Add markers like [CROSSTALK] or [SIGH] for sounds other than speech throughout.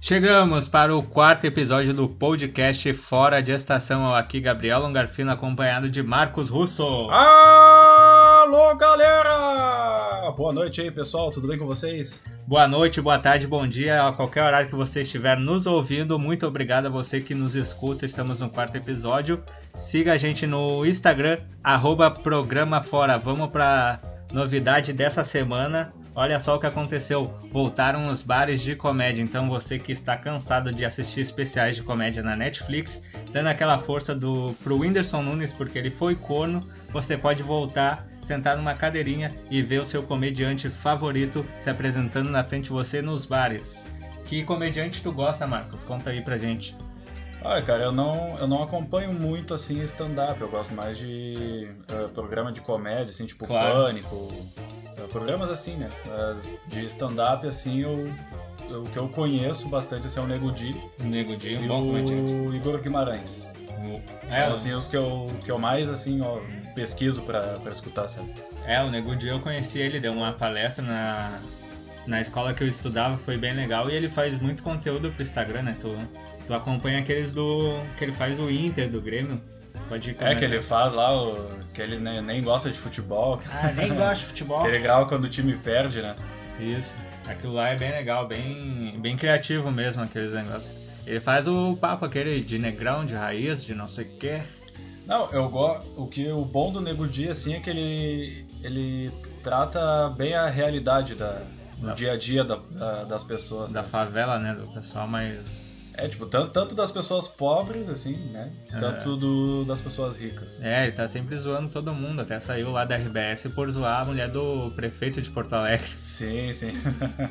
Chegamos para o quarto episódio do podcast Fora de Estação. Aqui Gabriel Longarfino acompanhado de Marcos Russo. Alô, galera! Boa noite aí, pessoal. Tudo bem com vocês? Boa noite, boa tarde, bom dia, a qualquer horário que você estiver nos ouvindo. Muito obrigado a você que nos escuta. Estamos no quarto episódio. Siga a gente no Instagram, arroba programa fora. Vamos para novidade dessa semana. Olha só o que aconteceu. Voltaram os bares de comédia. Então você que está cansado de assistir especiais de comédia na Netflix, dando aquela força do pro Whindersson Nunes porque ele foi corno, você pode voltar, sentar numa cadeirinha e ver o seu comediante favorito se apresentando na frente de você nos bares. Que comediante tu gosta, Marcos? Conta aí pra gente. Olha, cara, eu não, eu não acompanho muito assim stand-up. Eu gosto mais de eh, programa de comédia, assim, tipo Claro. Pânico. eh, programas assim, né? Mas de stand-up, assim, eu, eu- o que eu conheço bastante assim, é o Nego é Di Nego Di, e um bom comediante. o Igor Guimarães. É, São, o- assim, os que eu, que eu mais, assim, ó, pesquiso pra, pra escutar, sabe? É, o Nego Di eu conheci ele, deu uma palestra na, na escola que eu estudava, foi bem legal. E ele faz muito conteúdo pro Instagram, né? Tu, tu acompanha aqueles do. que ele faz o Inter do Grêmio. Pode ir É que ele faz lá, o- que ele nem, nem gosta de futebol, que Ah, nem gosto de futebol. ele grava é quando o time perde, né? Isso. Aquilo lá é bem legal, bem, bem criativo mesmo, aqueles negócios. Ele faz o papo aquele de negrão, de raiz, de não sei o quê. Não, eu gosto. O que o bom do Nego Di assim é que ele ele trata bem a realidade da Da- do dia a dia da- da- das pessoas. Da né? favela, né? Do pessoal mais. É tipo tanto, tanto das pessoas pobres assim, né? É. Tanto do, das pessoas ricas. É, ele tá sempre zoando todo mundo. Até saiu lá da RBS por zoar a mulher do prefeito de Porto Alegre. [LAUGHS] Sim, [LAUGHS] sim.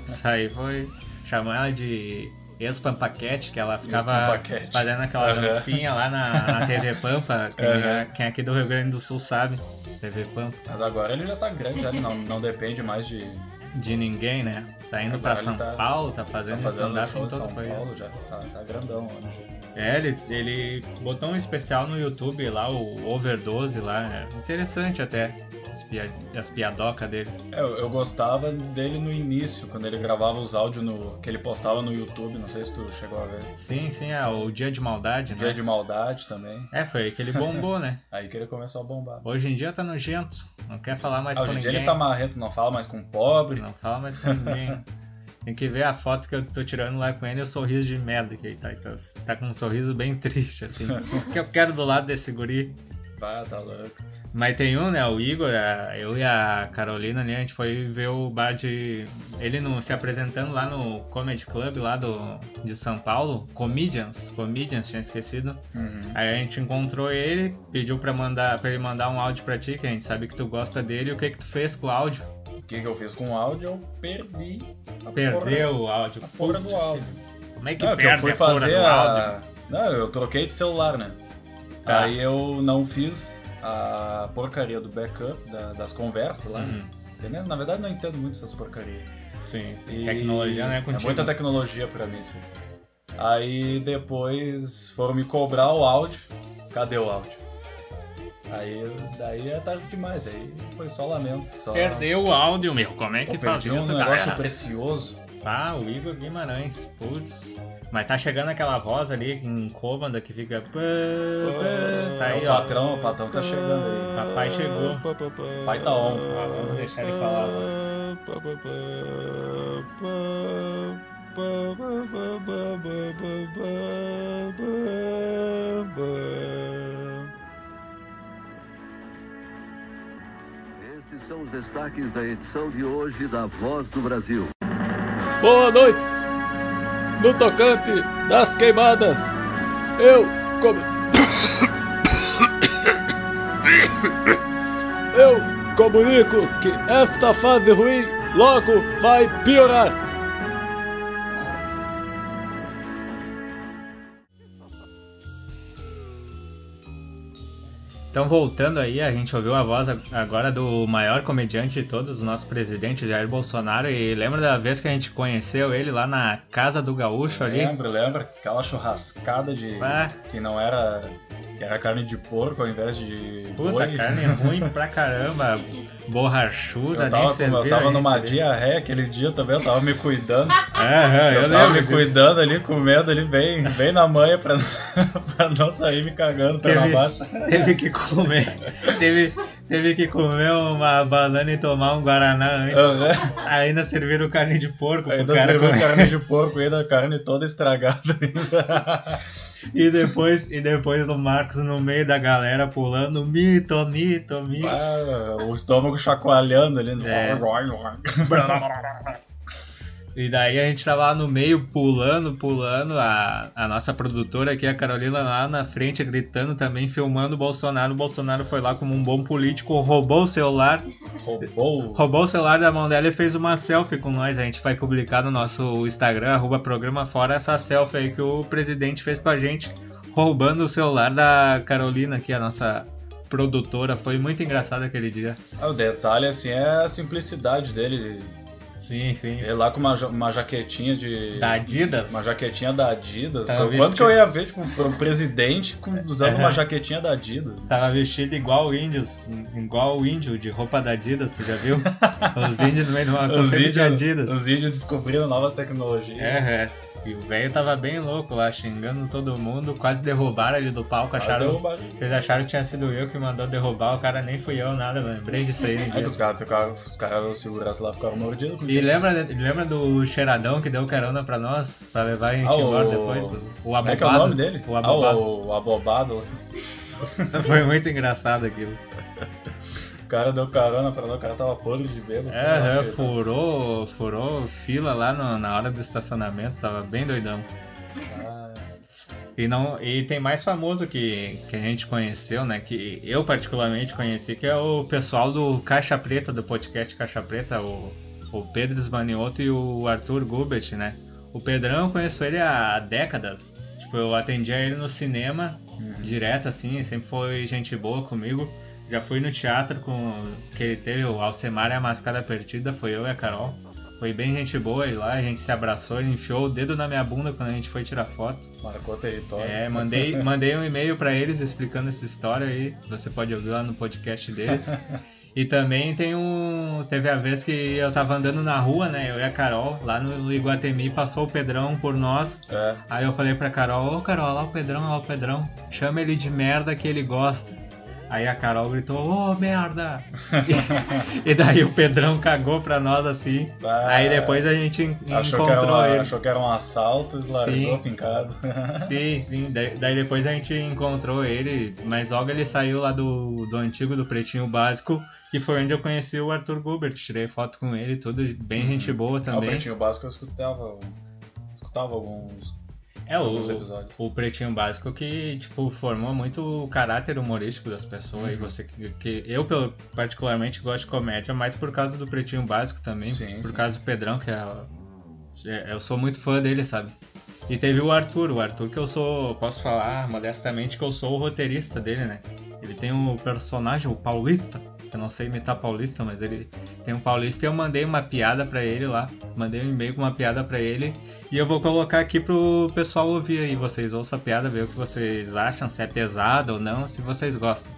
Isso aí foi chamar ela de ex-pampaquete, que ela ficava Ex-pampaquete. fazendo aquela Aham. dancinha lá na, na TV Pampa. Quem, [LAUGHS] Aham. quem é aqui do Rio Grande do Sul sabe, TV Pampa, Mas agora ele já tá grande, já ele não, não depende mais de de ninguém, né? Tá indo Agora pra ele São tá- Paulo, tá tá fazendo fazendo stand-up show em em todo o São país. Paulo já. Tá, tá grandão, né? É, ele, ele botou um especial no YouTube lá, o Overdose lá, né? Interessante até, as, pia, as piadocas dele. É, Eu, eu gostava dele no início, quando ele gravava os áudios no, que ele postava no YouTube, não sei se tu chegou a ver. Sim, sim, é o Dia de Maldade, né? Dia de Maldade também. É, foi aí que ele bombou, né? Aí que ele começou a bombar. Hoje em dia tá nojento, não quer falar mais Ah, com hoje em dia ninguém. ele tá marrento, não fala mais com pobre. Não fala mais com ninguém. Tem que ver a foto que eu tô tirando lá com ele e o sorriso de merda que ele tá. Ele tá, tá com um sorriso bem triste, assim. O que eu quero do lado desse guri. Bah, tá louco. Mas tem um, né? O Igor, a- eu e a Carolina ali, a gente foi ver o bar de. Ele no, se apresentando lá no Comedy Club lá do, de São Paulo. Comedians. Comedians, tinha esquecido. Aí a gente encontrou ele, pediu pra, mandar, pra ele mandar um áudio pra ti, que a gente sabe que tu gosta dele. E o que que tu fez com o áudio? O que, que eu fiz com o áudio? Eu perdi. a Perdeu o áudio. porra- a porra do áudio. Como é que Não, que perde eu fui a porra do fazer a. áudio? Não, eu troquei de celular, né? Tá. Aí eu não fiz a porcaria do backup da- das conversas lá. Uhum. Entendeu? Na verdade, não entendo muito essas porcarias. Sim, E- tecnologia não é contigo. muita tecnologia pra mim, isso. Aí depois foram me cobrar o áudio. Cadê o áudio? Aí daí é tarde demais, aí foi só lamento. Só... Perdeu o áudio, meu. Como é Pô, que faz perdi um isso, negócio galera? precioso. Ah, o Igor Guimarães, putz. Mas tá chegando aquela voz ali em cômoda que fica. pá, pá. Tá aí, o ó. Ah, patrão, o patrão tá chegando aí. Papai chegou. Pai tá on. Ah, vamos deixar ele falar lá. Estes são os destaques da edição de hoje da Voz do Brasil. Boa noite. No tocante das queimadas, eu come... eu comunico que esta fase ruim logo vai piorar. Então, voltando aí, a gente ouviu a voz agora do maior comediante de todos, o nosso presidente Jair Bolsonaro. E lembra da vez que a gente conheceu ele lá na Casa do Gaúcho tá ali? É. Lembra, lembra? Aquela churrascada de. Ah. Que não era que era carne de porco ao invés de Puta, boi. carne ruim pra [LAUGHS] caramba. Borrachuda, nem Eu tava, servia. eu tava gente. numa diarreia aquele dia também, eu tava me cuidando. Aham, eu, Eu tava me lembro disso. cuidando ali, comendo ali bem, bem na manha pra, pra não [LAUGHS] sair me cagando pela Teve, baixa. [LAUGHS] teve que comer. Teve, teve que comer uma banana e tomar um guaraná antes. Aham. Ainda serviram carne de porco pro Ainda cara serviu comer. carne de porco ainda, a carne toda estragada [LAUGHS] ainda. E depois, e depois o Marcos no meio da galera pulando, mito, mito, mito. Ah, o estômago chacoalhando ali. né? É. E daí a gente tava lá no meio pulando, pulando. A, a nossa produtora aqui, a Carolina, lá na frente gritando também, filmando o Bolsonaro. O Bolsonaro foi lá como um bom político, roubou o celular, Roubou. roubou o celular da mão dela e fez uma selfie com nós. A gente vai publicar no nosso Instagram, arroba programa fora, essa selfie aí que o presidente fez com a gente, roubando o celular da Carolina, que é a nossa produtora. Foi muito engraçado aquele dia. Ah, o detalhe, assim, é a simplicidade dele. Sim, sim. Ele lá com uma, ja- uma jaquetinha de... Da Adidas. Uma jaquetinha da Adidas. Tava Quanto vestido- que eu ia ver, tipo, um presidente com- usando Aham. uma jaquetinha da Adidas? Tava vestido igual índios, igual o índio de roupa da Adidas, tu já [LAUGHS] viu? Os índios no meio Tá de uma tô sempre de Adidas. os índios descobriram novas tecnologias. É, é. E o velho tava bem louco lá, xingando todo mundo, quase derrubaram ele do palco, Mas acharam. um derrubaram. Vocês acharam que tinha sido eu que mandou derrubar, o cara nem fui eu, nada, lembrei disso aí. um Aí dia. os caras ficaram, os caras segurassem lá, ficaram mordidos. E lembra, lembra do cheiradão que deu carona pra nós, pra levar a gente Ah, o- embora depois? O abobado. Como é que é o nome dele? O abobado. Ah, o, o abobado. [LAUGHS] Foi muito engraçado aquilo. O cara deu carona pra lá, o cara tava podre de bêbado. sei lá, É, ele- furou, furou fila lá no- na hora do estacionamento, tava bem doidão. Ah, E, não, e tem mais famoso que, que a gente conheceu, né? Que eu particularmente conheci, que é o pessoal do Caixa Preta, do podcast Caixa Preta, o, o Pedro Smanioto e o Arthur Gubert, né? O Pedrão eu conheço ele há décadas. Tipo, eu atendia ele no cinema, direto assim, sempre foi gente boa comigo. Já fui no teatro com que ele teve o Alcemar e a Mascada Perdida, foi eu e a Carol. Foi bem gente boa e lá, a gente se abraçou, ele enfiou o dedo na minha bunda quando a gente foi tirar foto. marcou território. É, mandei, mandei um e-mail pra eles explicando essa história aí. Você pode ouvir lá no podcast deles. E também tem um. Teve a vez que eu tava andando na rua, né? Eu e a Carol, lá no Iguatemi, passou o Pedrão por nós. [LAUGHS] É. Aí eu falei pra Carol, ô Carol, olha lá o Pedrão, olha lá o Pedrão. Chama ele de merda que ele gosta. Aí a Carol gritou, ô [LAUGHS] merda! e daí o Pedrão cagou pra nós assim. Ah, Aí depois a gente en- Achou que, era encontrou um, ele. achou que era um assalto, largou Sim. fincado. [LAUGHS] Sim, sim. Daí, daí depois a gente encontrou ele, mas logo ele saiu lá do, do antigo, do Pretinho Básico, que foi onde eu conheci o Arthur Gubert. Tirei foto com ele, tudo bem gente boa Uhum. É O também. Pretinho Básico eu escutava, um, escutava alguns, É alguns o, episódios. o Pretinho Básico que, tipo, formou muito o caráter humorístico das pessoas. Uhum. E você que, que- eu pelo- particularmente gosto de comédia, mas por causa do Pretinho Básico também, Sim, por sim. causa do Pedrão, que é É, Eu sou muito fã dele, sabe? E teve o Arthur, o Arthur que eu sou, posso falar modestamente que eu sou o roteirista dele, né? Ele tem um personagem, o Paulista, eu não sei imitar Paulista, mas ele tem um Paulista e eu mandei uma piada pra ele lá, mandei um e-mail com uma piada pra ele e eu vou colocar aqui pro pessoal ouvir aí, vocês ouçam a piada, ver o que vocês acham, se é pesado ou não, se vocês gostam.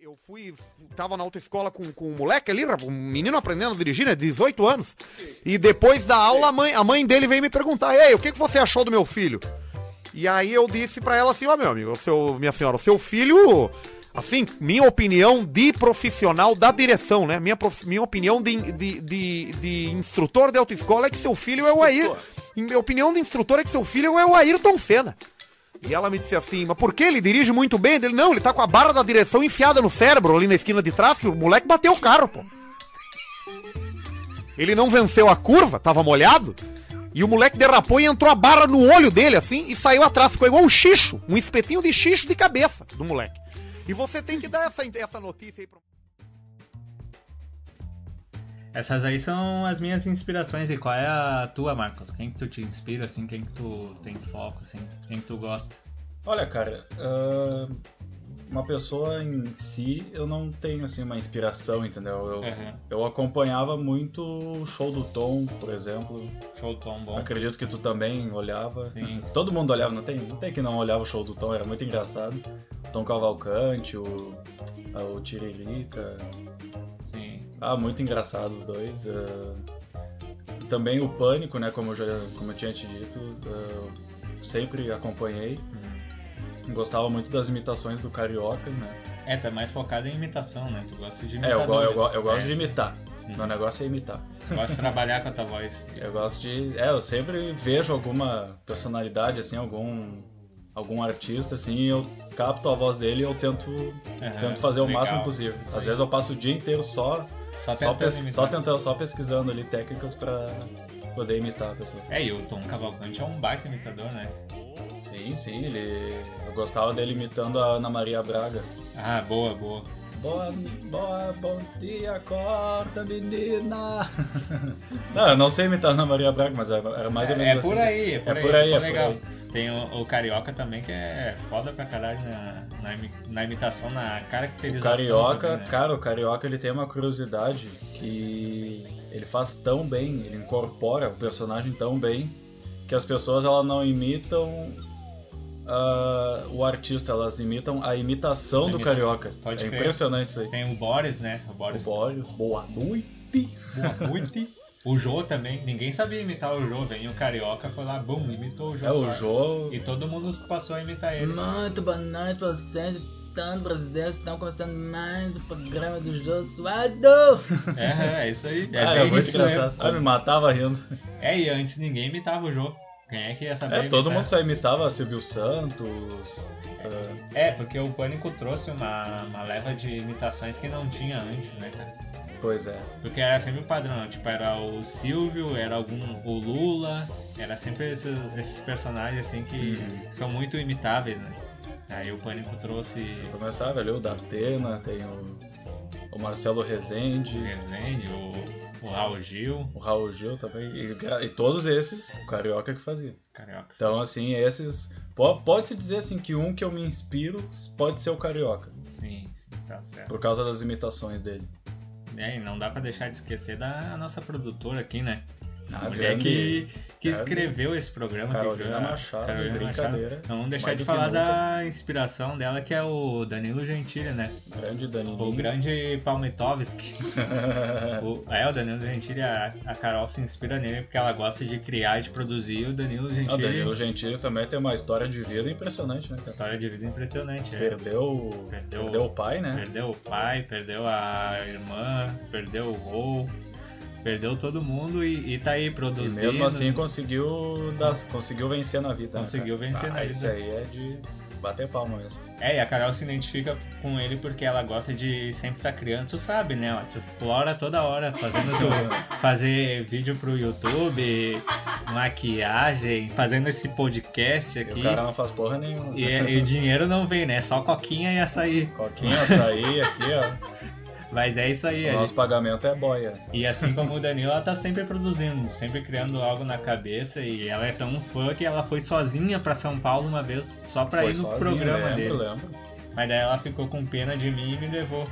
Eu fui, tava na autoescola com, com um moleque ali, um menino aprendendo a dirigir, né? 18 anos. E depois da aula, a mãe, a mãe dele veio me perguntar: Ei, o que, que você achou do meu filho? E aí eu disse pra ela assim: Ó, meu amigo, o seu, minha senhora, o seu filho, assim, minha opinião de profissional da direção, né? Minha, prof- minha opinião de, de, de, de instrutor de autoescola é que seu filho é o Ayrton. Minha opinião de instrutor é que seu filho é o Ayrton Senna. E ela me disse assim, mas por que ele dirige muito bem? Ele, não, ele tá com a barra da direção enfiada no cérebro ali na esquina de trás, que o moleque bateu o carro, pô. Ele não venceu a curva, tava molhado, e o moleque derrapou e entrou a barra no olho dele, assim, e saiu atrás. Ficou igual um xixo, um espetinho de xixo de cabeça do moleque. E você tem que dar essa, essa notícia aí pro... Essas aí são as minhas inspirações. E qual é a tua, Marcos? Quem que tu te inspira, assim? Quem que tu tem foco, assim? Quem que tu gosta? Olha, cara, ah, uma pessoa em si, eu não tenho assim uma inspiração, entendeu? Eu, Uhum. eu acompanhava muito o show do Tom, por exemplo. Show Tom bom. Acredito que tu também olhava. Sim. Todo mundo olhava, não tem, não tem que não olhava o show do Tom, era muito engraçado. Tom Cavalcante, o, ah, o Tiririca. Sim. Ah, muito engraçado os dois. ah. Também o Pânico, né? Como eu, já, como eu tinha te dito, ah, sempre acompanhei. Uhum. Gostava muito das imitações do Carioca, né? É, tu é mais focado em imitação, né? Tu gosta de É, imitar. eu, go- eu, go- eu gosto de imitar. Uhum. Meu negócio é imitar. Eu gosto de trabalhar com a tua voz. Eu gosto de. É, eu sempre vejo alguma personalidade, assim, algum. algum artista, assim, e eu capto a voz dele e eu tento, Aham, tento fazer o É, legal. máximo possível. Isso Às aí. vezes eu passo o dia inteiro só, Só só, tentando pes- imitar. só tentando, só pesquisando ali técnicas pra poder imitar a pessoa. É, e o Tom Cavalcante é um baita imitador, né? Sim, sim, ele. Eu gostava dele imitando a Ana Maria Braga. Ah, boa, boa. Boa, boa, bom dia, acorda, menina! [LAUGHS] não, eu não sei imitar a Ana Maria Braga, mas era era mais ou menos é, é assim. por aí, é por aí, por aí, pô, é por legal. aí. Tem o, o Carioca também, que é foda pra caralho na, na, imi- na imitação, na O caracterização. Carioca, também, né? cara, o Carioca ele tem uma curiosidade que ele faz tão bem, ele incorpora o personagem tão bem que as pessoas elas não imitam ah, o artista, elas imitam a imitação do Imitação. Carioca. Pode é crer. impressionante isso aí. Tem o Boris, né? O O Boris Boris, boa noite. Buamuti. O Jô também. Ninguém sabia imitar o Jô. Vem o Carioca, foi lá, bum, imitou o Jô. É o Soares. Jô. E todo mundo passou a imitar ele. Muito boa noite pra vocês, tanto brasileiros, estão começando mais o programa do Jô Suado. É, é isso aí. É Cara, bem muito isso mesmo. engraçado. Ah, me matava rindo. É, e antes ninguém imitava o Jô. Quem é que ia saber É, todo imitar? mundo só imitava Silvio Santos. ah, É, porque o Pânico trouxe uma, uma leva de imitações que não tinha antes, né, cara? pois é. Porque era sempre o padrão, tipo, era o Silvio, era algum o Lula, era sempre esses, esses personagens assim que Uhum. são muito imitáveis, né? Aí o Pânico trouxe Começava ali o Datena, tem o, o Marcelo o Rezende, Rezende, o, o Raul Gil, o Raul Gil também, e, gra- e todos esses, o Carioca que fazia. carioca. Então, assim, esses. po- Pode-se dizer assim que um que eu me inspiro pode ser o Carioca, Sim, sim, tá certo. por causa das imitações dele. E aí, não dá pra deixar de esquecer da nossa produtora aqui, né? A Ah, mulher grande- que, que grande. escreveu esse programa. que Carolina criou a- Machado, né? Carolina brincadeira. Machado. Não vamos deixar Mais de do que falar nunca. da inspiração dela, que é o Danilo Gentili, né? Grande O Danilinho. [LAUGHS] grande Palmitovski. O, é, o Danilo Gentili, a, a Carol se inspira nele porque ela gosta de criar e de produzir. E o Danilo Ah, o Gentili, Danilo Gentili também tem uma história de vida impressionante, né, cara? história de vida impressionante. é. Perdeu, Perdeu- perdeu, o pai, né? Perdeu o pai, perdeu a irmã, perdeu o vô, perdeu todo mundo e, e tá aí E produzindo. mesmo assim conseguiu, dar, conseguiu vencer na vida. né, Conseguiu cara? vencer na Ah, Isso vida. aí é de bater palma mesmo. É, e a Carol se identifica com ele porque ela gosta de sempre estar criando, tu sabe, né? Ela te explora toda hora, fazendo tu- [LAUGHS] fazer vídeo pro YouTube, maquiagem, fazendo esse podcast E aqui. o cara não faz porra nenhuma. E, e o dinheiro não vem, né? Só coquinha e açaí. Coquinha, açaí aqui, ó. Mas é isso aí. O a nosso pagamento é boia. E assim como o Danilo, ela tá sempre produzindo, sempre criando algo na cabeça. E ela é tão fã que ela foi sozinha pra São Paulo uma vez, só pra Foi ir no sozinho, né? programa lembro, dele. lembro. Mas daí ela ficou com pena de mim e me levou.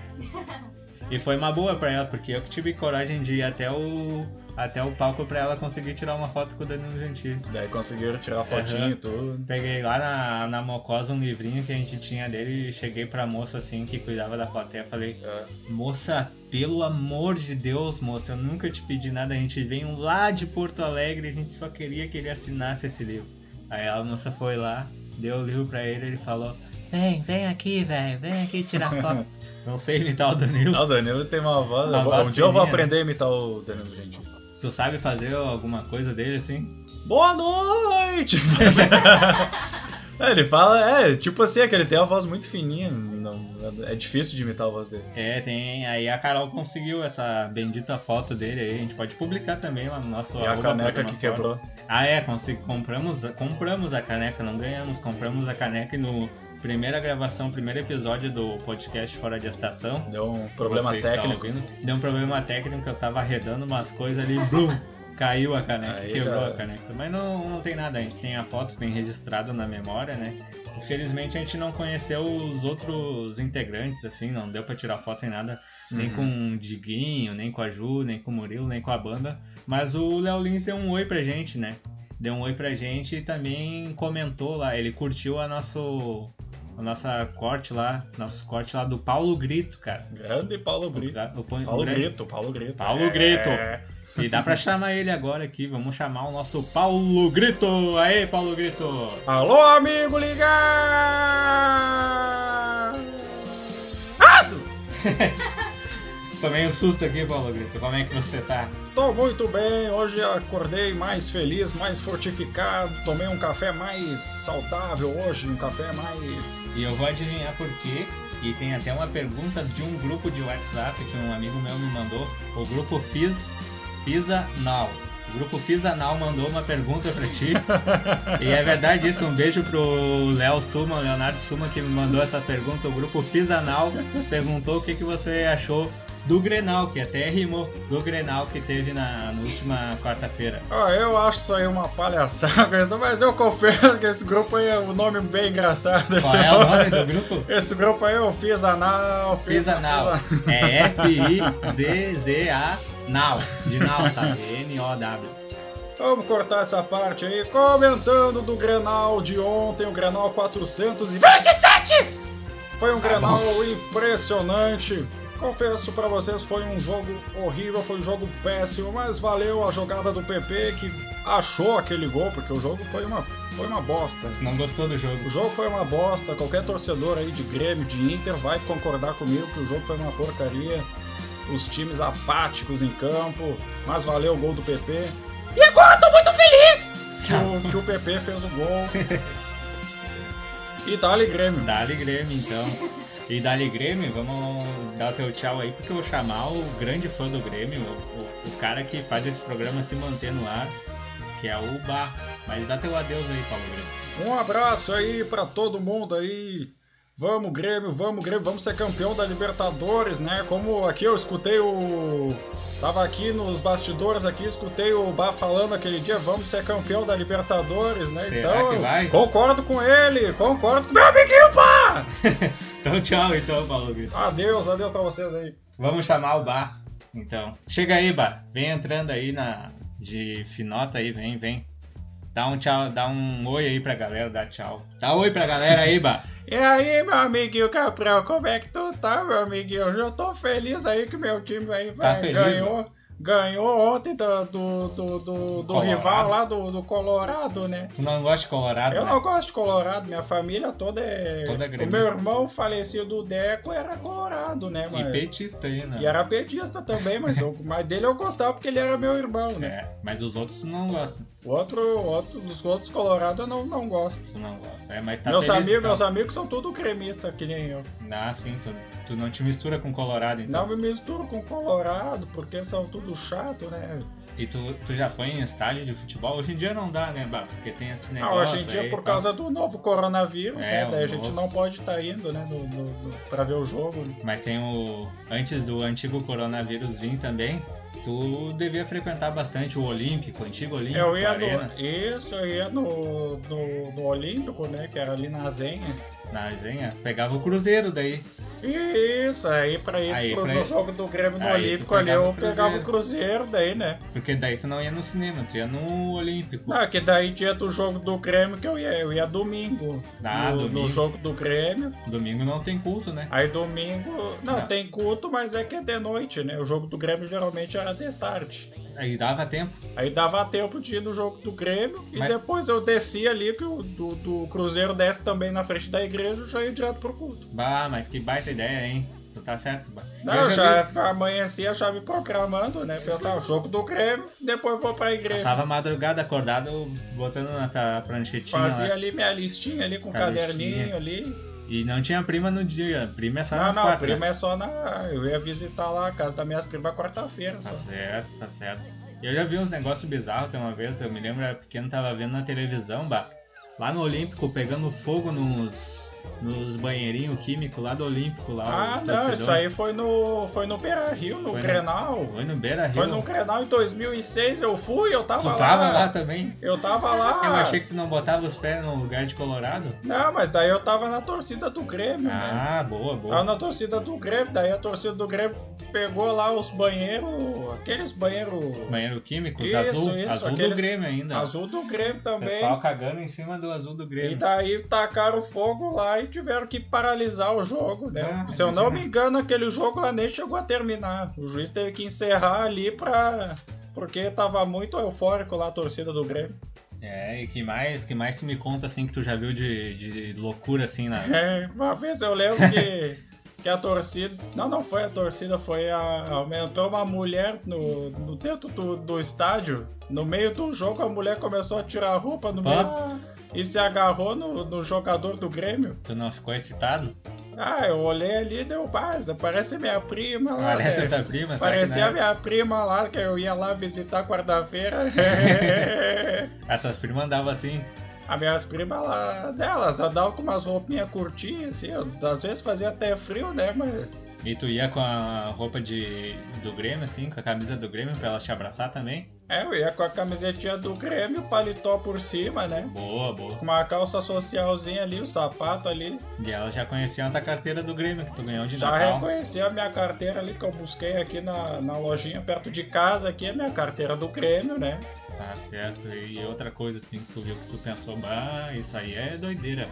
E foi uma boa pra ela, porque eu que tive coragem de ir até o, até o palco pra ela conseguir tirar uma foto com o Danilo Gentili. Daí conseguiram tirar fotinho Aham. e tudo. Peguei lá na, na Mocosa um livrinho que a gente tinha dele e cheguei pra moça assim que cuidava da plateia e falei, "Ah, É. Moça, pelo amor de Deus, moça, eu nunca te pedi nada. A gente veio lá de Porto Alegre, a gente só queria que ele assinasse esse livro. Aí a moça foi lá, deu o livro pra ele, ele falou: Vem, vem aqui, velho, vem aqui tirar foto. [LAUGHS] Não sei imitar o Danilo. Ah, o Danilo tem uma voz. Uma né? eu vou- voz um dia eu vou fininha, aprender a imitar o Danilo, gente. Tu sabe fazer alguma coisa dele assim? Boa noite! [LAUGHS] É, ele fala, é, tipo assim, é que ele tem uma voz muito fininha. não- é difícil de imitar a voz dele. É, tem. Aí a Carol conseguiu essa bendita foto dele aí. A gente pode publicar também lá no nosso E a arroba caneca programa que fora. quebrou. Ah, é, consegui, compramos, compramos a caneca, não ganhamos, compramos a caneca e no primeira gravação, primeiro episódio do podcast Fora de Estação. Deu um problema você está técnico. ouvindo, Deu um problema técnico, eu tava arredando umas coisas ali, blum, Caiu a caneca, Aí, quebrou cara. a caneca. Mas não, não tem nada, a gente tem a foto, tem registrado na memória, né? Infelizmente a gente não conheceu os outros integrantes, assim, não deu pra tirar foto nem nada. Nem com o Diguinho, nem com a Ju, nem com o Murilo, nem com a banda. Mas o Léo Lins deu um oi pra gente, né? Deu um oi pra gente e também comentou lá, ele curtiu a nosso... A nossa corte lá, nosso corte lá do Paulo Grito, cara. Grande Paulo O, Brito. o, o, Paulo grande- Grito, Paulo É. Grito. Paulo Grito. E dá pra chamar ele agora aqui, vamos chamar o nosso Paulo Grito! Aê, Paulo Grito! Alô, amigo ligado! Tomei um susto aqui, Paulo Grito, como é que você tá? Tô muito bem, hoje acordei mais feliz, mais fortificado, tomei um café mais saudável hoje, um café mais... E eu vou adivinhar por quê, e tem até uma pergunta de um grupo de WhatsApp que um amigo meu me mandou, o grupo Fiz, Fisa Now. O grupo Fisanal mandou uma pergunta pra ti. e é verdade isso. Um beijo pro Léo Suma, o Leonardo Suma, que me mandou essa pergunta. O grupo Fisanal perguntou o que, que você achou do Grenal, que até rimou, do Grenal que teve na, na última quarta-feira. Ah, eu acho isso aí uma palhaçada, [LAUGHS] mas eu confesso que esse grupo aí é um nome bem engraçado. Qual é o nome do grupo? Esse grupo aí eu fiz anal, Fisanal. É F-I-Z-Z-A Now. De Now, tá? N-O-W. Vamos cortar essa parte aí, comentando do Grenal de ontem, o Grenal 427! Foi um Grenal impressionante. Confesso pra vocês, foi um jogo horrível, foi um jogo péssimo, mas valeu a jogada do PP que achou aquele gol, porque o jogo foi uma, foi uma bosta. Não gostou do jogo? O jogo foi uma bosta, qualquer torcedor aí de Grêmio, de Inter vai concordar comigo que o jogo foi uma porcaria. Os times apáticos em campo, mas valeu o gol do PP. E agora eu tô muito feliz que o, que o PP fez o gol. e dá-lhe Grêmio. Dali Grêmio, então. E Dali Grêmio, vamos dar o teu tchau aí, porque eu vou chamar o grande fã do Grêmio, o, o- o cara que faz esse programa se manter no ar, que é o Bar. Mas dá teu adeus aí, Paulo Grêmio. Um abraço aí pra todo mundo aí. Vamos, Grêmio, vamos, Grêmio, vamos ser campeão da Libertadores, né? Como aqui eu escutei o. Tava aqui nos bastidores aqui, escutei o Bá falando aquele dia, vamos ser campeão da Libertadores, né? Será então, que vai? concordo com ele, concordo com meu amiguinho, pá! Então tchau, então, Paulo Grêmio. Adeus, adeus pra vocês aí. Vamos chamar o Bar, então. Chega aí, Bar. Vem entrando aí na de finota aí, vem, vem. Dá um tchau, dá um oi aí pra galera, dá tchau. Dá oi pra galera aí, Bar. E aí, meu amiguinho Caprão, como é que tu tá, meu amiguinho? Hoje eu tô feliz aí que meu time aí Tá vai- feliz, ganhou, ganhou ontem do, do, do, do- do Colorado. rival lá do, do Colorado, né? Tu não gosta de Colorado, Eu né? não gosto de Colorado, minha família toda é. Toda é o gremista. meu irmão falecido, o Deco, era Colorado, né, E mas... petista aí, né? E era petista também, mas, eu, [LAUGHS] mas dele eu gostava porque ele era meu irmão, né? É, mas os outros não gostam. O Outro, outro, dos outros Colorado eu não, não gosto. Tu não gosta. É, mas tá meus, feliz, amigos, então. meus amigos são tudo cremista, que nem eu. Ah, sim, tu, tu não te mistura com Colorado, então. Não me misturo com Colorado, porque são tudo chato, né? E tu, tu já foi em estádio de futebol? Hoje em dia não dá, né, Bá? Porque tem esse Ah, negócio. hoje em dia, aí, por pá. causa do novo coronavírus, É, né? Daí o a gente novo. não pode estar indo, né? No, no, no- pra ver o jogo. né? Mas tem o. Antes do antigo coronavírus vir também, tu devia frequentar bastante o Olímpico, o antigo Olímpico. Eu ia Arena, no, isso, eu ia no, no, no Olímpico, né? Que era ali na Zenha. Na resenha. Pegava o Cruzeiro daí. E isso, aí pra ir Aí, pro, pra no ir- jogo do Grêmio no aí tu Olímpico ali, pegava eu o Cruzeiro. pegava o Cruzeiro daí, né? Porque daí tu não ia no cinema, tu ia no Olímpico. Ah, que daí dia do jogo do Grêmio que eu ia, eu ia domingo. Ah, no, domingo. No jogo do Grêmio. Domingo não tem culto, né? Aí domingo. Não, Não. tem culto, mas é que é de noite, né? O jogo do Grêmio geralmente era de tarde. Aí dava tempo. Aí dava tempo de ir no jogo do Grêmio e Mas- depois eu descia ali, que o do, do Cruzeiro desce também na frente da igreja e já ia direto pro culto. Bah, mas que baita ideia, hein? Tu tá certo, Bah. Não, Eu eu já, vi- amanhecia já me programando, né? Pessoal, jogo do Grêmio, depois vou pra igreja. Passava a madrugada acordado, botando na ta- pranchetinha lá. Fazia ali minha listinha ali com o A caderninho né? listinha. ali. E não tinha prima no dia. Prima é só Não, nas não, quatro. prima né? é só na. Eu ia visitar lá a casa das minhas primas quarta-feira. Tá Só. certo, tá certo. Eu já vi uns negócios bizarros tem uma vez, eu me lembro, eu era pequeno, tava vendo na televisão, bah, lá no Olímpico, pegando fogo nos, nos banheirinhos químicos lá do Olímpico, lá Ah, os não, torcedores. isso aí foi no, foi no Beira Rio, no tá Foi no- Grenal. Foi no Beira Rio. Foi no Grenal em 2006, eu fui, eu tava Tu lá. Ah. tava lá também? Eu tava lá. Eu achei que tu não botava os pés no lugar de Colorado. Não, mas daí eu tava na torcida do Grêmio, né? Ah, boa, Tava boa. na torcida do Grêmio, daí a torcida do Grêmio pegou lá os banheiros, aqueles banheiros Banheiro químico, Isso, azul, isso, azul do aqueles- Grêmio ainda. azul do Grêmio O também. pessoal cagando em cima do azul do E Grêmio. daí tacaram fogo lá e tiveram que paralisar o jogo, né? Ah, Se eu não me imagina. engano, aquele jogo lá nem chegou a terminar. O juiz teve que encerrar ali pra. Porque tava muito eufórico lá a torcida do Grêmio. É, e que mais, que mais tu me conta assim que tu já viu de, de loucura assim na. É, uma vez eu lembro [LAUGHS] que, que a torcida. Não, não foi a torcida, foi a. Aumentou uma mulher no, no dentro do, do estádio. No meio do jogo, a mulher começou a tirar a roupa no meio Ah. e se agarrou no, no jogador do Grêmio. Tu não ficou excitado? Ah, eu olhei ali e deu base. Parece minha prima lá. Parece tá né? outra prima, será que Parecia não a é? minha prima lá, que eu ia lá [LAUGHS] visitar quarta-feira. Ah, tuas primas andavam assim. As minhas primas lá delas, andavam com umas roupinhas curtinhas, assim, ó, às vezes fazia até frio, né? Mas E tu ia com a roupa de, do Grêmio, assim, com a camisa do Grêmio pra elas te abraçar também? é, eu ia com a camisetinha do Grêmio, paletó por cima, né? Boa, boa. Com uma calça socialzinha ali, o sapato ali. E elas já conheciam a tua carteira do Grêmio, que tu ganhou de Já Natal. reconheci a minha carteira ali que eu busquei aqui na, na lojinha perto de casa, aqui, a minha carteira do Grêmio, né? Tá certo. E outra coisa assim que tu viu que tu pensou, bah, isso aí é doideira.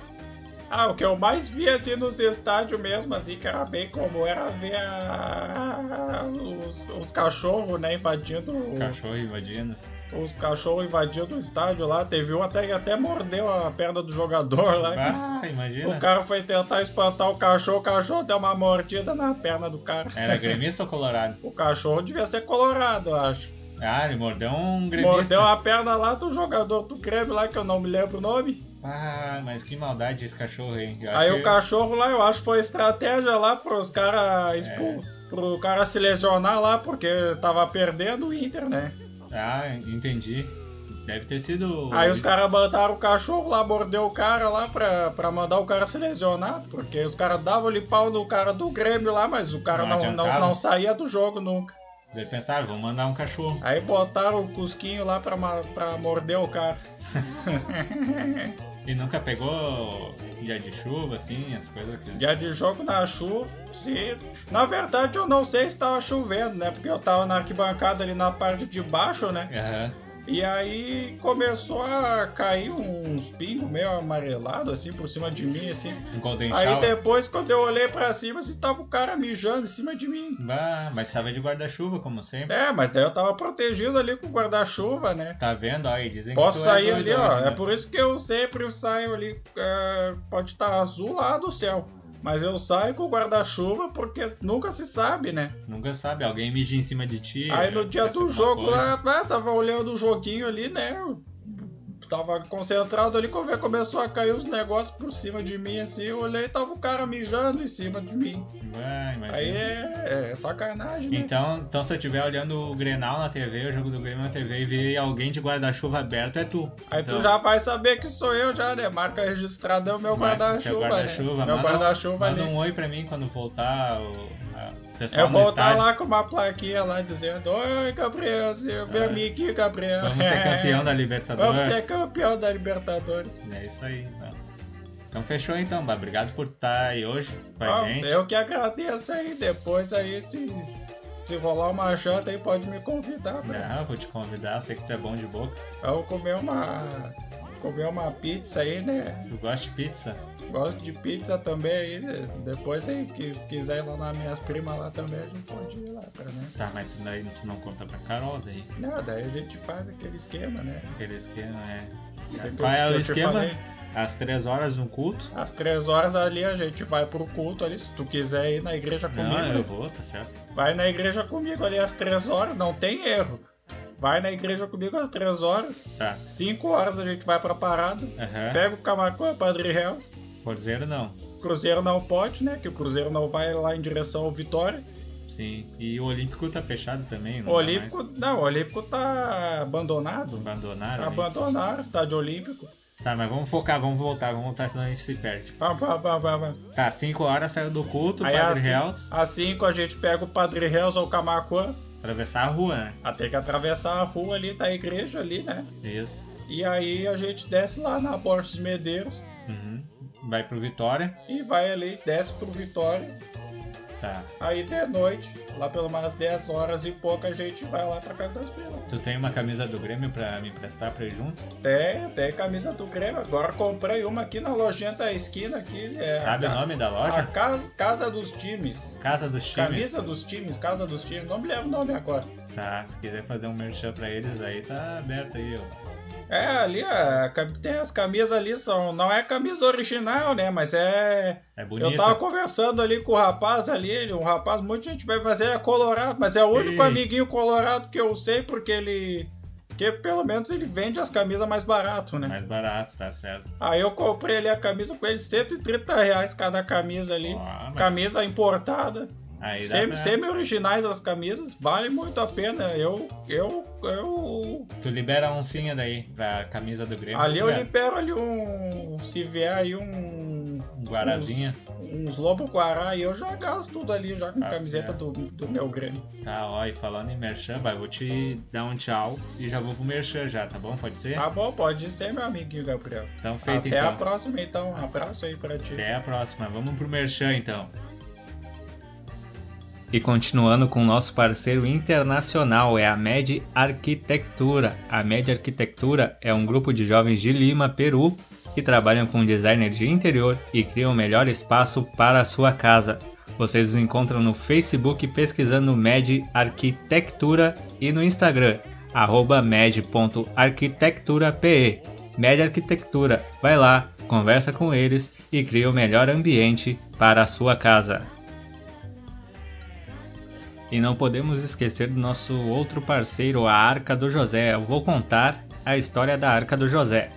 Ah, o que eu mais vi assim nos estádios mesmo, assim, que era bem comum, era ver a- os, os cachorros, né, invadindo. o- Cachorro invadindo. Os cachorros invadindo o estádio lá. Teve um até que até mordeu a perna do jogador lá. Ah, imagina. O cara foi tentar espantar o cachorro, o cachorro deu uma mordida na perna do cara. Era gremista ou colorado? O cachorro devia ser colorado, eu acho. Ah, ele mordeu um gremista. Mordeu a perna lá do jogador do creme lá, que eu não me lembro o nome. Ah, mas que maldade esse cachorro, hein? Eu Aí acho que- o cachorro lá, eu acho que foi estratégia lá pros caras expul... É. pro cara se lesionar lá, porque tava perdendo o Inter, né? Ah, entendi. Deve ter sido. Aí os caras mandaram o cachorro lá, mordeu o cara lá pra, pra mandar o cara se lesionar, porque os caras davam-lhe pau no cara do Grêmio lá, mas o cara Não não, não, adiantava. não saía do jogo nunca. Deve pensar, vou mandar um cachorro. Aí botaram o Cusquinho lá pra, ma- pra morder o cara. E nunca pegou dia de chuva, assim, as coisas que. Dia de jogo na chuva, se... Na verdade eu não sei se tava chovendo, né? Porque eu tava na arquibancada ali na parte de baixo, né? Aham. E aí começou a cair uns pingos meio amarelado assim por cima de mim, assim. Um Golden Aí Shower. depois, quando eu olhei pra cima, assim, tava o cara mijando em cima de mim. Bah, mas tava de guarda-chuva, como sempre. É, mas daí eu tava protegido ali com o guarda-chuva, né? Tá vendo? Aí dizem Posso que tu é sair ali, doidão, ó. né? É por isso que eu sempre saio ali. é, pode estar azul lá do céu. Mas eu saio com o guarda-chuva porque nunca se sabe, né? Nunca sabe, alguém mija em cima de ti. Aí no dia acontece do alguma jogo coisa. lá, lá, tava olhando o joguinho ali, né? Eu tava concentrado ali, quando começou a cair os negócios por cima de mim, assim. Eu olhei e tava o cara mijando em cima de mim. Bah, imagina. Aí é, é sacanagem, né? Então, então, se eu estiver olhando o Grenal na TV, o jogo do Grêmio na TV e ver alguém de guarda-chuva aberto, é tu. Aí Então, tu já vai saber que sou eu já, né? Marca registrada é o meu vai- guarda-chuva, teu guarda-chuva, né? Meu manda- guarda-chuva Manda ali. um oi pra mim quando voltar o, a- o pessoal Eu no vou estar estádio. lá com uma plaquinha lá dizendo Oi, Gabriel, eu vim aqui, Gabriel. É. Vamos ser [LAUGHS] campeão da Vamos Libertadores. ser campeão da Libertadores. É isso aí, então. Então fechou então, Bá. Obrigado por estar aí hoje com a Ah, gente. eu que agradeço aí. Depois aí, se, se rolar uma janta aí, pode me convidar. Né? Não, vou te convidar, eu sei que tu é bom de boca. Vamos comer uma... Comer uma pizza aí, né? Tu gosta de pizza? Gosto de pizza também aí. né? Depois aí, que- se quiser ir lá nas minhas primas lá também, a gente pode ir lá pra, né? Tá, mas tu não, tu não conta pra Carol daí. Não, daí a gente faz aquele esquema, né? Aquele esquema é. Aquele Qual é que o eu te esquema? falei. Às três horas no culto? Às três horas ali a gente vai pro culto ali. Se tu quiser ir na igreja comigo, Não, eu né? vou, tá certo. vai na igreja comigo ali às três horas, não tem erro. Vai na igreja comigo às três horas. Tá. Cinco horas a gente vai pra parada. Aham. Pega o Camacuã, Padre Hells. Forzeiro não. Cruzeiro não pode, né? Que o Cruzeiro não vai lá em direção ao Vitória. Sim. E o Olímpico tá fechado também, não O tá Olímpico, não, o Olímpico tá mais? abandonado. Abandonaram. né? Abandonaram o estádio Olímpico. Tá, mas vamos focar, vamos voltar, vamos voltar, senão a gente se perde. Pá, pá, pá, pá, pá. Tá, 5 horas saiu do culto, Aí Padre assim, Hells, assim que a gente pega o Padre Hells ou o Camacuã, atravessar a rua, né? até que atravessar a rua ali da igreja ali, né? Isso. E aí a gente desce lá na Borges Medeiros Uhum. Vai pro Vitória. e vai ali, desce pro Vitória. Tá. Aí de noite, lá pelo menos 10 horas e pouco, a gente vai lá pra casa das pilas. Tu tem uma camisa do Grêmio pra me emprestar pra ir junto? Tem, tem camisa do Grêmio. Agora comprei uma aqui na lojinha da esquina aqui. É, Sabe a, o nome da A loja? casa, casa dos Times. Casa dos Times. Ah, Camisa dos Times, Casa dos Times. Não me lembro o nome agora. Tá, se quiser fazer um merchan pra eles aí, tá aberto aí, ó. É, ali a, cam- tem as camisas ali, são, não é camisa original, né? Mas é. É bonito. Eu tava conversando ali com o rapaz ali, ele, um rapaz, muita gente vai fazer é colorado, mas é o único Ei. amiguinho colorado que eu sei, porque ele. Porque pelo menos ele vende as camisas mais barato, né? Mais barato, tá certo. Aí eu comprei ali a camisa com ele, 130 reais cada camisa ali. Ó, mas Camisa importada. Aí dá Sem, pra- Semi-originais as camisas, vale muito a pena. Eu. Eu. eu Tu libera a oncinha daí pra camisa do Grêmio. ali eu libera libero ali um. Se vier aí um. Um guarazinha. Uns lobo guará e eu já gasto tudo ali já com Tá camiseta certo. do, do meu Grêmio. Tá, ó, e falando em merchan, vai, vou te dar um tchau e já vou pro merchan já, tá bom? Pode ser? Tá bom, pode ser, meu amiguinho Gabriel. Então feito Até então. a próxima, então. Um abraço aí pra ti. Até a próxima. Vamos pro Merchan então. E continuando com o nosso parceiro internacional, é a MED Arquitectura. A MED Arquitectura é um grupo de jovens de Lima, Peru, que trabalham com designer de interior e criam o melhor espaço para a sua casa. Vocês os encontram no Facebook pesquisando MED Arquitectura e no Instagram, arroba med.arquitecturape. MED Arquitectura, vai lá, conversa com eles e cria o melhor ambiente para a sua casa. E não podemos esquecer do nosso outro parceiro, a Arca do José. Eu vou contar a história da Arca do José.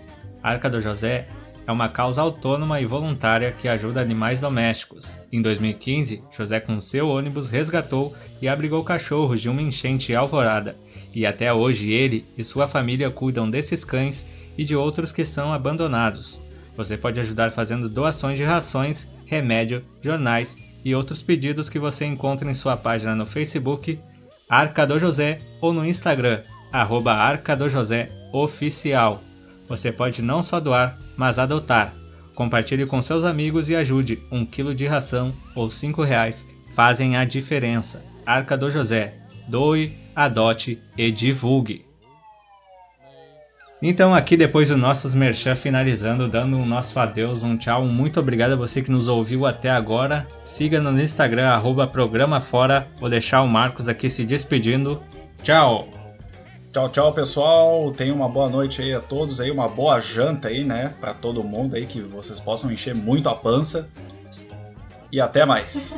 A Arca do José é uma causa autônoma e voluntária que ajuda animais domésticos. Em 2015, José com seu ônibus resgatou e abrigou cachorros de uma enchente em alvorada. E até hoje ele e sua família cuidam desses cães e de outros que são abandonados. Você pode ajudar fazendo doações de rações, remédio, jornais e outros pedidos que você encontra em sua página no Facebook, Arca do José ou no Instagram, arroba Arca do José Oficial. Você pode não só doar, mas adotar. Compartilhe com seus amigos e ajude. Um quilo de ração ou cinco reais fazem a diferença. Arca do José. Doe, adote e divulgue. Então, aqui depois do nossos merchan finalizando, dando um nosso adeus, um tchau, um muito obrigado a você que nos ouviu até agora. Siga-nos no Instagram, arroba programa fora. Vou deixar o Marcos aqui se despedindo. Tchau! Tchau, tchau, pessoal. Tenham uma boa noite aí a todos aí, uma boa janta aí, né, Pra todo mundo aí que vocês possam encher muito a pança. E até mais.